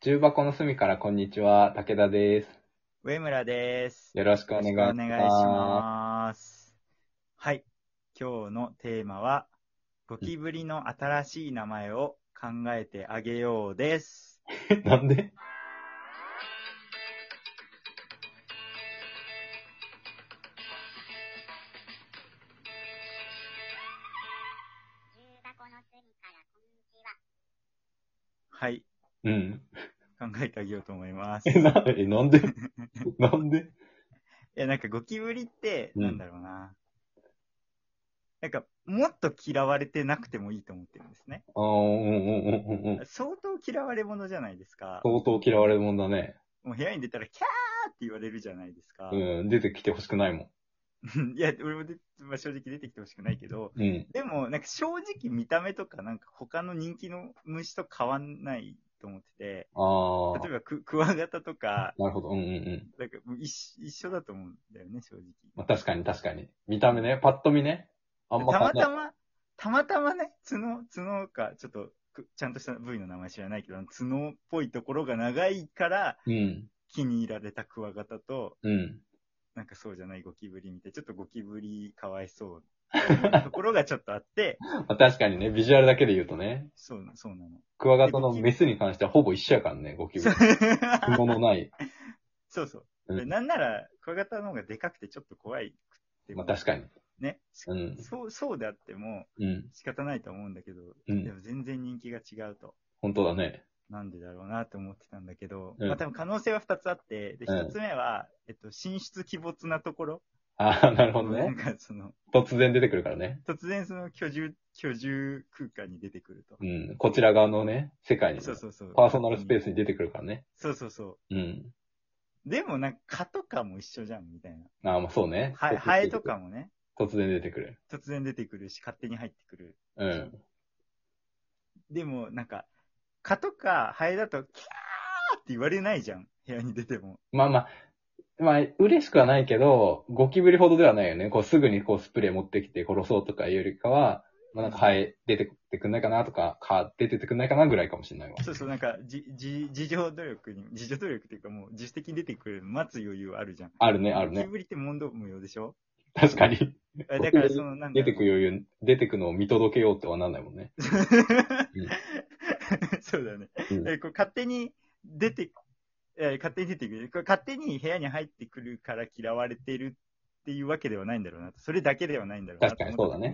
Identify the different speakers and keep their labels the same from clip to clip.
Speaker 1: 重箱の隅からこんにちは、武田です。
Speaker 2: 上村です。
Speaker 1: よろしくお願いし
Speaker 2: よ
Speaker 1: ま
Speaker 2: ろ
Speaker 1: す。
Speaker 2: しくお願いします。はい。今日のテーマは、ゴキブリの新しい名前を考えてあげようです。
Speaker 1: なんで
Speaker 2: はい。
Speaker 1: うん。
Speaker 2: 考えてあげようと思います。い
Speaker 1: え、な、え、なん でなんで
Speaker 2: や、なんかゴキブリって、
Speaker 1: うん
Speaker 2: なんだろうな。なんか、もっと嫌われてなくてもいいと思ってるんですね。
Speaker 1: ああ、うんうんうんうんうん。
Speaker 2: 相当嫌われ者じゃないですか。
Speaker 1: 相当嫌われるもんだね。
Speaker 2: もう部屋に出たら、キャーって言われるじゃないですか。
Speaker 1: うん、出てきてほしくないも
Speaker 2: いや、俺もで、まあ、正直出てきてほしくないけど、
Speaker 1: ん。うん。
Speaker 2: でも、なんか正直見た目とか、なんか他の人気の虫と変わんないと思ってて、
Speaker 1: あ
Speaker 2: 例えばククワガタとか、
Speaker 1: あ、なるほど。うんうんうん。
Speaker 2: なんかもう一緒一緒だと思うんだよね、正直。
Speaker 1: まあ、確かに確かに。見た目ね、パッと見ね。あんま
Speaker 2: たまた
Speaker 1: ま。
Speaker 2: ま、たまたまね、角、角か、ちょっとく、ちゃんとした部位の名前知らないけど、角っぽいところが長いから
Speaker 1: うん。
Speaker 2: 気に入られたクワガタと、
Speaker 1: うん。
Speaker 2: なんかそうじゃないゴキブリみたいな、ちょっとゴキブリかわいそうなところがちょっとあって、
Speaker 1: まあ、確かにね、ビジュアルだけで言うとね、
Speaker 2: そう、そうなの。
Speaker 1: クワガタのメスに関してはほぼ一緒やからね、ゴ キブリ。紐のない。
Speaker 2: そうそう。
Speaker 1: うん
Speaker 2: でなんなら、クワガタの方がでかくてちょっと怖いくて
Speaker 1: まあ、確かに。
Speaker 2: ね、
Speaker 1: うん
Speaker 2: そう。そうであっても
Speaker 1: うん。
Speaker 2: 仕方ないと思うんだけど、
Speaker 1: うん
Speaker 2: でも全然人気が違うと。
Speaker 1: 本当だね。
Speaker 2: なんでだろうなと思ってたんだけど、
Speaker 1: うん
Speaker 2: まあ多分可能性は2つあって、で、
Speaker 1: うん
Speaker 2: 1つ目は、えっと、進出鬼没なところ。
Speaker 1: ああ、なるほど
Speaker 2: なん
Speaker 1: ね。
Speaker 2: かその、
Speaker 1: 突然出てくるからね。
Speaker 2: 突然その居住、居住空間に出てくると
Speaker 1: う。ん。こちら側のね、世界に、
Speaker 2: そうそうそう。
Speaker 1: パーソナルスペー
Speaker 2: ス。
Speaker 1: スに出てくるからね。
Speaker 2: そうそうそ
Speaker 1: うん。
Speaker 2: う。でもなんか蚊とかも一緒じゃん、みたいな。
Speaker 1: ああ、まあそうね。
Speaker 2: は
Speaker 1: 突然
Speaker 2: ハエ
Speaker 1: 出て
Speaker 2: と
Speaker 1: くる
Speaker 2: か。もね、
Speaker 1: 突然出てくる。
Speaker 2: 突然出てくるし、勝手に入ってくる。
Speaker 1: うん。
Speaker 2: でも、なんか、蚊とかハエだと、キャーって言われないじゃん。部屋に出ても。
Speaker 1: まあまあ、まあ、嬉しくはないけど、ゴキブリほどではないよね。こう、すぐにこう、スプレー持ってきて殺そうとかいうよりかは、まあなんか、ハエ出てってくんないかなとか、蚊出てってくんないかなぐらいかもしれないわ。
Speaker 2: そうそう、なんか、じ、じ、自助努力に、自助努力っていうかもう、自主的に出てくるの待つ余裕あるじゃん。
Speaker 1: あるね、ある
Speaker 2: ゴキ
Speaker 1: ね。
Speaker 2: ブリって問答無用でしょ
Speaker 1: 確かに。
Speaker 2: あだから、その、なんか。
Speaker 1: 出てく余裕、出てくのを見届けようとはなんないもんね。
Speaker 2: そうだね。
Speaker 1: うん
Speaker 2: えこう勝手に出て、え勝手に出てくる。これ勝手に部屋に入ってくるから嫌われてるっていうわけではないんだろうな。それだけではないんだろうな。
Speaker 1: 確かにそうだね。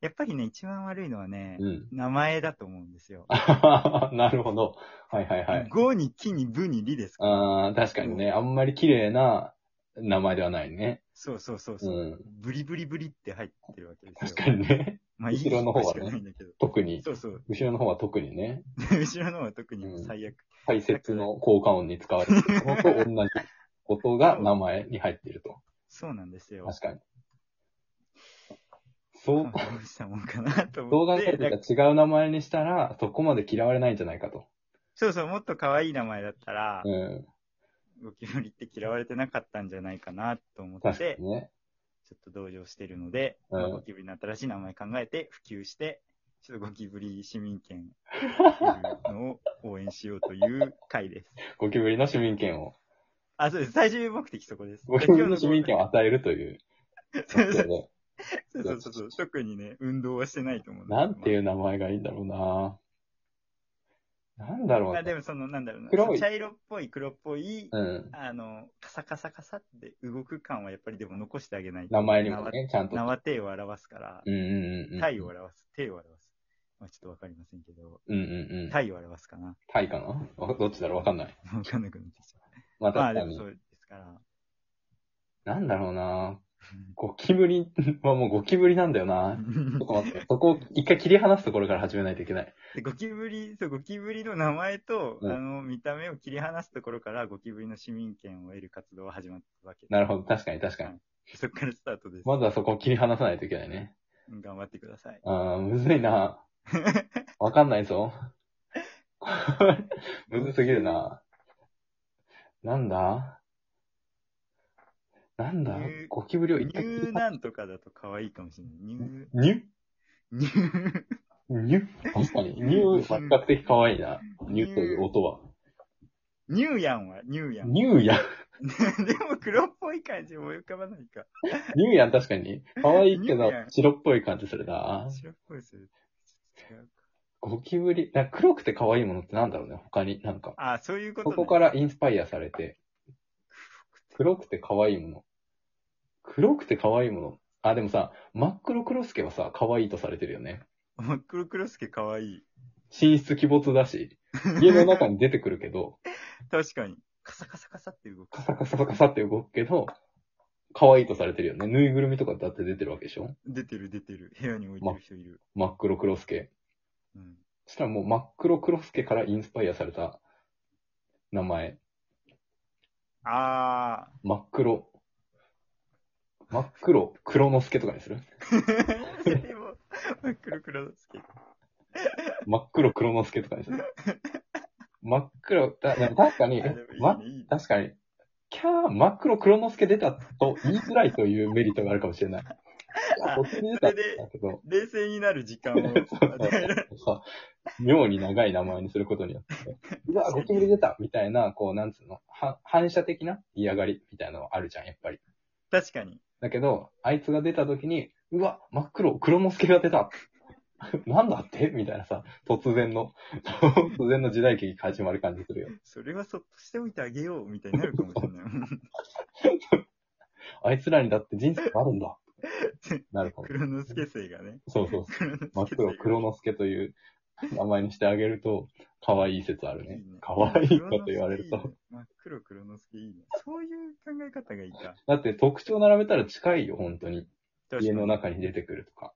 Speaker 2: やっぱりね、一番悪いのはね、
Speaker 1: うん。
Speaker 2: 名前だと思うんですよ。
Speaker 1: なるほど。はいはいはい。
Speaker 2: ゴに木にブにリですから
Speaker 1: ああ、確かにね。あんまり綺麗な名前ではないね。
Speaker 2: そうそうそう
Speaker 1: う
Speaker 2: そう、
Speaker 1: ん。
Speaker 2: ブリブリブリって入ってるわけですよ。
Speaker 1: 確かにね。
Speaker 2: まあ、いい
Speaker 1: 後ろの方はね
Speaker 2: しかないんだけど。
Speaker 1: 特に。
Speaker 2: そうそう。
Speaker 1: 後ろの方は特にね。
Speaker 2: 後ろの方は特にもう最悪。
Speaker 1: 大切の効果音に使われているの と同じ音が名前に入っていると。
Speaker 2: そうなんですよ。
Speaker 1: 確かに。そう、
Speaker 2: まあどうしたもんかなと
Speaker 1: 動
Speaker 2: 思
Speaker 1: 画
Speaker 2: っ
Speaker 1: に
Speaker 2: て。だ
Speaker 1: 違う名前にしたら、そこまで嫌われないんじゃないかと。
Speaker 2: そうそう、もっと可愛い名前だったら
Speaker 1: う、ん。
Speaker 2: ゴキブリって嫌われてなかったんじゃないかなと思っ
Speaker 1: 確か
Speaker 2: て、
Speaker 1: にね。
Speaker 2: ちょっと同情してるので、
Speaker 1: うん
Speaker 2: まあゴキブリの新しい名前考えて普及して、ちょっとゴキブリ市民 権っていうのを応援しようという回です。
Speaker 1: ゴキブリの市民権 を、
Speaker 2: あ、そうです。最終目的そこです。
Speaker 1: ゴキブリの市民権を与えるという。
Speaker 2: そうそう
Speaker 1: で
Speaker 2: そうそうそうそう。特にね、運動はしてないと思うだけ
Speaker 1: な
Speaker 2: ど。
Speaker 1: んていう名前がいいんだろうななんだろう
Speaker 2: まあ、
Speaker 1: な
Speaker 2: あでもその、なんだろうな。
Speaker 1: 黒い
Speaker 2: その茶色っぽい黒っぽい、
Speaker 1: うん。
Speaker 2: あの、カサカサカサって動く感はやっぱりでも残してあげないと。
Speaker 1: 名前にもね、ちゃんと。
Speaker 2: 縄手を表すから
Speaker 1: う、んうんうん。
Speaker 2: 体を表す、手を表す。まあ、ちょっとわかりませんけど、
Speaker 1: うんうんうん。
Speaker 2: 体を表すかな。
Speaker 1: タイかなわ どっちだろうわかんない。
Speaker 2: わかんなくなってきちゃ
Speaker 1: まあ
Speaker 2: う。ま
Speaker 1: 確
Speaker 2: あで
Speaker 1: か
Speaker 2: も
Speaker 1: に
Speaker 2: そ。うですから。
Speaker 1: なんだろうなゴキブリはもうゴキブリなんだよなちょっと待って、そこを一回切り離すところから始めないといけない。
Speaker 2: でゴキブリ、そう、ゴキブリの名前と、
Speaker 1: うん
Speaker 2: あの、見た目を切り離すところから、ゴキブリの市民権を得る活動は始まったわけで
Speaker 1: なるほど、確かに確かに。
Speaker 2: す。そこからスタートです。
Speaker 1: まずはそこを切り離さないといけないね。
Speaker 2: うん頑張ってください。
Speaker 1: あー、むずい なわかんないぞ。 むずすぎるななんだなんだ
Speaker 2: ニュー
Speaker 1: ゴキブリを
Speaker 2: ニ
Speaker 1: 一回切
Speaker 2: ュー
Speaker 1: り離
Speaker 2: なんとかだと可愛いかもしれない。ニュー、
Speaker 1: ニュ
Speaker 2: ニュー、
Speaker 1: ニュ確かに。ニューは比較的可愛いな。ニュという音は。
Speaker 2: ニューヤンはニューヤン。
Speaker 1: ニューヤン。
Speaker 2: でも黒っぽい感じ思い浮かばないか。
Speaker 1: ニューヤン確かに。可愛いけ
Speaker 2: ニュ
Speaker 1: ど
Speaker 2: ーヤ、ン
Speaker 1: 白っぽい感じするな。
Speaker 2: 白っぽいですよ。違うか
Speaker 1: ゴキブリ。なんか黒くて可愛いものってなんだろうね、他に。なんか。
Speaker 2: あ、そういうこと、
Speaker 1: そ
Speaker 2: ね、
Speaker 1: こからインスパイアされて。黒くて可愛いもの。黒くて可愛いもの。あ、でもさ、真っ黒クロスケはさ、可愛いとされてるよね。
Speaker 2: 真っ黒黒助かわいい。
Speaker 1: 寝室鬼没だし、家の中に出てくるけど、
Speaker 2: 確かに。カサカサカサって動く。
Speaker 1: カサカサカサって動くけど、可愛いとされてるよね。ぬいぐるみとかだって出てるわけでしょ
Speaker 2: 出てる出てる。部屋に置いてる人いる。
Speaker 1: 真っ黒クロスケ。
Speaker 2: うん。
Speaker 1: そしたらもう真っ黒クロスケからインスパイアされた名前。
Speaker 2: あ
Speaker 1: 真っ黒。真っ黒、黒之助とかにする
Speaker 2: ー。それも、真っ黒黒助。
Speaker 1: 真っ黒黒之助とかにする。真っ黒、だでも確かに
Speaker 2: あ、でもいいね
Speaker 1: ま、
Speaker 2: いいね
Speaker 1: 確かに、キャー、真っ黒黒之助出たと言いづらいというメリットがあるかもしれない。いや、僕に出たんだけど、
Speaker 2: 冷静になる 時間を与えられ
Speaker 1: さ妙に長い名前にすることによ って、うわ、ゴキブリ出たみたいな、こう、なんつうの、は反射的な嫌がりみたいなのあるじゃん、やっぱり。
Speaker 2: 確かに。
Speaker 1: だけど、あいつが出た時に、うわ、真っ黒、黒之助が出た。 なんだってみたいなさ、突然の、 突然の時代劇が始まる感じするよ。
Speaker 2: それはそっとしておいてあげようみたいになるかもしれない。
Speaker 1: あいつらにだって人生あるんだ。なるかも。
Speaker 2: 黒之助生がね。
Speaker 1: そうそうそう。
Speaker 2: 黒之
Speaker 1: 真っ
Speaker 2: 助
Speaker 1: 黒、
Speaker 2: 生
Speaker 1: 黒之助という名前にしてあげると、可愛い説ある
Speaker 2: いい
Speaker 1: ね
Speaker 2: ね。
Speaker 1: 可愛いかと言われる
Speaker 2: 黒之助いい
Speaker 1: と。
Speaker 2: ね真っ黒黒之助いいね。そういう考え方がいいか。
Speaker 1: だって特徴並べたら近いよ、本当に。
Speaker 2: 確かに
Speaker 1: 家の中に出てくるとか。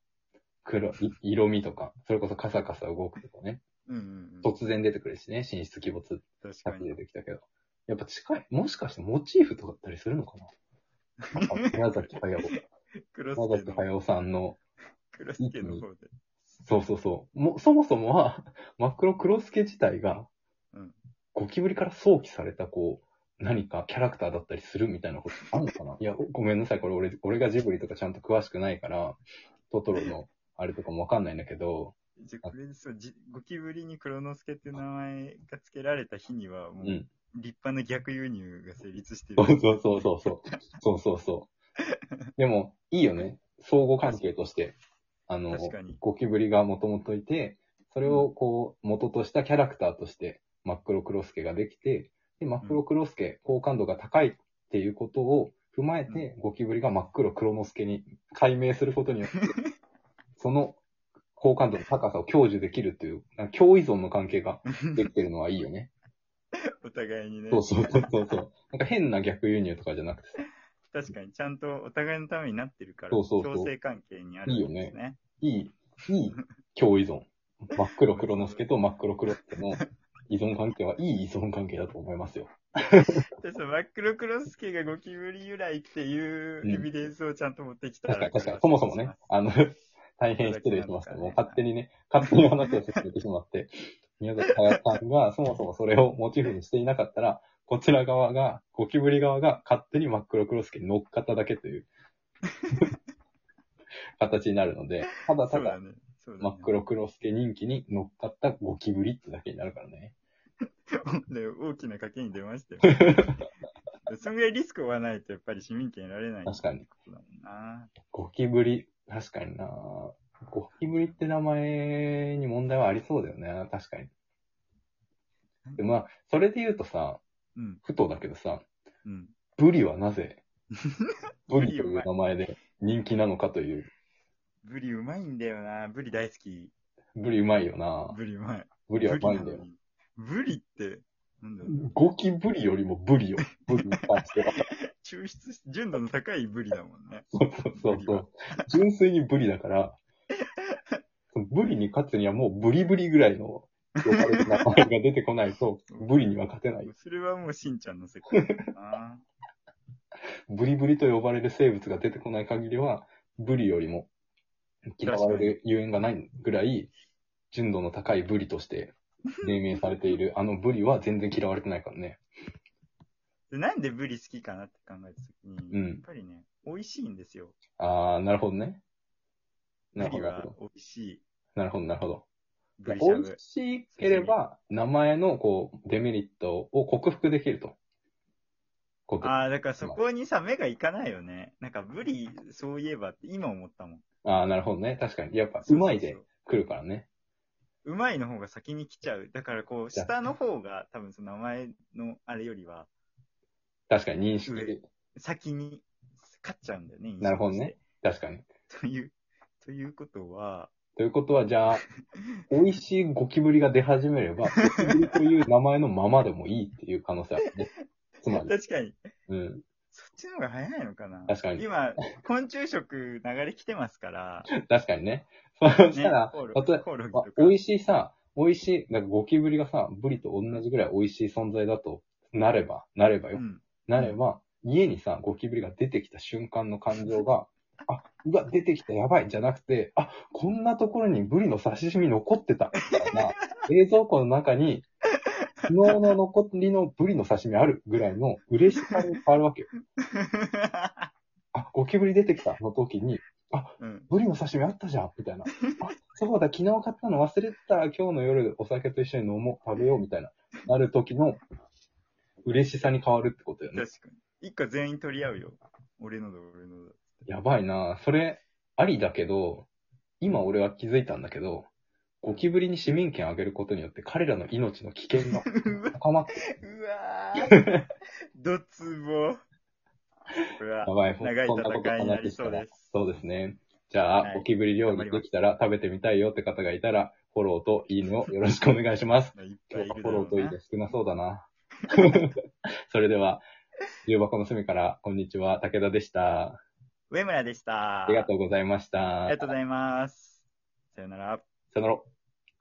Speaker 1: 黒い、色味とか。それこそカサカサ動くとかね。
Speaker 2: うんうんうん。
Speaker 1: 突然出てくるしね、寝室鬼没
Speaker 2: 確
Speaker 1: さ
Speaker 2: か
Speaker 1: っき出
Speaker 2: に。
Speaker 1: てきたけど。やっぱ近い。もしかしてモチーフとかだったりするのかなあ宮 崎駿。
Speaker 2: 黒
Speaker 1: 宮崎
Speaker 2: 之助の、
Speaker 1: 駿さんの、
Speaker 2: 黒之助の方で。
Speaker 1: そうそうそう。もそもそもは、 マクロクロスケ自体が
Speaker 2: うん、
Speaker 1: ゴキブリから想起された、こう、何かキャラクターだったりするみたいなことあるのかないや、ごめんなさい。これ俺、俺がジブリとかちゃんと詳しくないから、トトロのあれとかもわかんないんだけど、
Speaker 2: じゃ、これ、そう、じゴキブリに黒之助っていう名前が付けられた日には、
Speaker 1: う。
Speaker 2: もうん立派な逆輸入が成立してる。
Speaker 1: そうそうそうそうそう。そうそうそう。でも、いいよね。相互関係として。あの
Speaker 2: 確かに、
Speaker 1: ゴキブリがもともといて、それをこう、元としたキャラクターとして、真っ黒クロスケができて、で、真っ黒クロスケ、好感度が高いっていうことを踏まえて、ゴキブリが真っ黒クロノスケに解明することによって、 その好感度の高さを享受できるという、なんか共依存の関係ができてるのはいいよね。
Speaker 2: お互いにね。
Speaker 1: そうそうそうそうそう。なんか変な逆輸入とかじゃなくてさ、
Speaker 2: 確かに、ちゃんとお互いのためになってるから、
Speaker 1: そうそうそう
Speaker 2: 共生関係にあるんですね。
Speaker 1: いいよいい、いい共依存。真っ黒黒之助と真っ黒黒助の依存関係はいい依存関係だと思いますよ。
Speaker 2: で、その真っ黒クロスケがゴキブリ由来っていう
Speaker 1: うん
Speaker 2: エビデンスをちゃんと持ってきた、
Speaker 1: 確からに確かに。そもそもね、あの、大変失礼しました。もう勝手にね、勝手に話を進めてしまって、宮崎駿さんがそもそもそれをモチーフにしていなかったら、こちら側が、ゴキブリ側が勝手に真っ黒黒助に乗っかっただけと いう形になるので、ただた
Speaker 2: そう
Speaker 1: だ
Speaker 2: だね。そうだ
Speaker 1: 真
Speaker 2: ね。
Speaker 1: っ黒黒助人気に乗っかったゴキブリってだけになるからね。
Speaker 2: で、大きな賭けに出ましたよ。 そのぐらいリスクを負わないと、やっぱり市民権得られない
Speaker 1: 確かに
Speaker 2: ってことだもんな。
Speaker 1: ゴキブリ。確かになゴキブリって名前に問題はありそうだよね。確かに。でもまあ、それで言うとさ、
Speaker 2: うん、
Speaker 1: ふとだけどさ、
Speaker 2: うん。
Speaker 1: ブリはなぜ、ブリと
Speaker 2: ブリう
Speaker 1: い
Speaker 2: ま
Speaker 1: う
Speaker 2: い
Speaker 1: 名前で人気なのかという。
Speaker 2: ブリうまいんだよな。ブリ大好き。
Speaker 1: ブリうまいよな
Speaker 2: ブリうまい。
Speaker 1: ブリはうまいんだよ。
Speaker 2: ブリって、なんだろう。
Speaker 1: ゴキブリよりもブリよ。ブリに関しては。
Speaker 2: 抽出し、純度の高いブリだもんね。
Speaker 1: そうそうそう
Speaker 2: ブリ
Speaker 1: そ
Speaker 2: は
Speaker 1: う。純粋にブリだから、ブリに勝つにはもうブリブリぐらいの呼ばれる名前が出てこないと、ブリには勝てない。
Speaker 2: それはもうしんちゃんの世界だ な。
Speaker 1: ブリブリと呼ばれる生物が出てこない限りは、ブリよりも嫌われる遊園がないぐらい、純度の高いブリとして命名されている、あのブリは全然嫌われてないからね。
Speaker 2: でなんでブリ好きかなって考えたときに、
Speaker 1: うん
Speaker 2: やっぱりね、美味しいんですよ。
Speaker 1: あー、なるほどね。
Speaker 2: ブ
Speaker 1: なる
Speaker 2: リ
Speaker 1: ほど、なる
Speaker 2: は
Speaker 1: ほど。
Speaker 2: 美味しい。
Speaker 1: なるほど、なるほど。
Speaker 2: ブリシ
Speaker 1: 美
Speaker 2: ャブ
Speaker 1: 味。しければ、名前の、こう、デメリットを克服できると。克服あ
Speaker 2: ああ、だからそこにさ、目がいかないよね。なんかブリ、そういえばって今思ったもん。
Speaker 1: あー、なるほどね。確かに。やっぱ、うまいで
Speaker 2: そうそう
Speaker 1: 来るからね。
Speaker 2: そう。うまいの方が先に来ちゃう。だからこう、下の方が多分その名前のあれよりは、
Speaker 1: 確かに、認識。
Speaker 2: 先に勝っちゃうんだよね。
Speaker 1: なるほどね。確かに。
Speaker 2: という、ということは、
Speaker 1: ということは、じゃあ、美味しいゴキブリが出始めれば、ゴキブリという名前のままでもいいっていう可能性あるね。つまり、
Speaker 2: 確かに、
Speaker 1: うん。
Speaker 2: そっちの方が早いのかな。
Speaker 1: 確かに
Speaker 2: 今、昆虫食流れ来てますから、
Speaker 1: 確かにね。 そう したら、
Speaker 2: コオロ
Speaker 1: 例えば
Speaker 2: コオロギと
Speaker 1: まあ
Speaker 2: か、
Speaker 1: 美味しいさ、美味しい、なんかゴキブリがさ、ブリと同じぐらい美味しい存在だとなれば、なればよ。
Speaker 2: うん、
Speaker 1: なれば、家にさ、ゴキブリが出てきた瞬間の感情が、あ、うわ、出てきた、やばい、じゃなくて、あ、こんなところにブリの刺身残ってた、みたいな、冷蔵庫の中に、昨日の残りのブリの刺身あるぐらいの嬉しさに変わるわけよ。あ、ゴキブリ出てきたの時に、
Speaker 2: うん。
Speaker 1: ブリの刺身あったじゃんみたいな。あ、そうだ、昨日買ったの忘れてた。今日の夜お酒と一緒に飲もう、食べようみたいな、なる時の嬉しさに変わるってことよね。
Speaker 2: 確かに。一個全員取り合うよ。俺のだ、俺のだ。
Speaker 1: やばいなそれ、ありだけど、今俺は気づいたんだけど、ゴキブリに市民権あげることによって彼らの命の危 険が
Speaker 2: うわ
Speaker 1: 高まって、
Speaker 2: うわードツボ。うわ
Speaker 1: やばい、
Speaker 2: 長い
Speaker 1: そんなこと
Speaker 2: 戦いになり
Speaker 1: た
Speaker 2: そう
Speaker 1: ら
Speaker 2: で。す。
Speaker 1: そうですね。じゃあ、
Speaker 2: はい
Speaker 1: ゴキブリ料理できたら食べてみたいよって方がいたら、フォローといいねをよろしくお願いし ます。
Speaker 2: いっぱ
Speaker 1: 今
Speaker 2: い
Speaker 1: 日
Speaker 2: い
Speaker 1: は
Speaker 2: る
Speaker 1: フ
Speaker 2: だ
Speaker 1: ォ
Speaker 2: ろ
Speaker 1: ロ
Speaker 2: う
Speaker 1: ーといい
Speaker 2: な
Speaker 1: で。少なそうだな。 それでは、重箱の隅から、こんにちは、武田でした。
Speaker 2: 上村でした。
Speaker 1: ありがとうございました。
Speaker 2: ありがとうございます。さよなら。
Speaker 1: さよなら。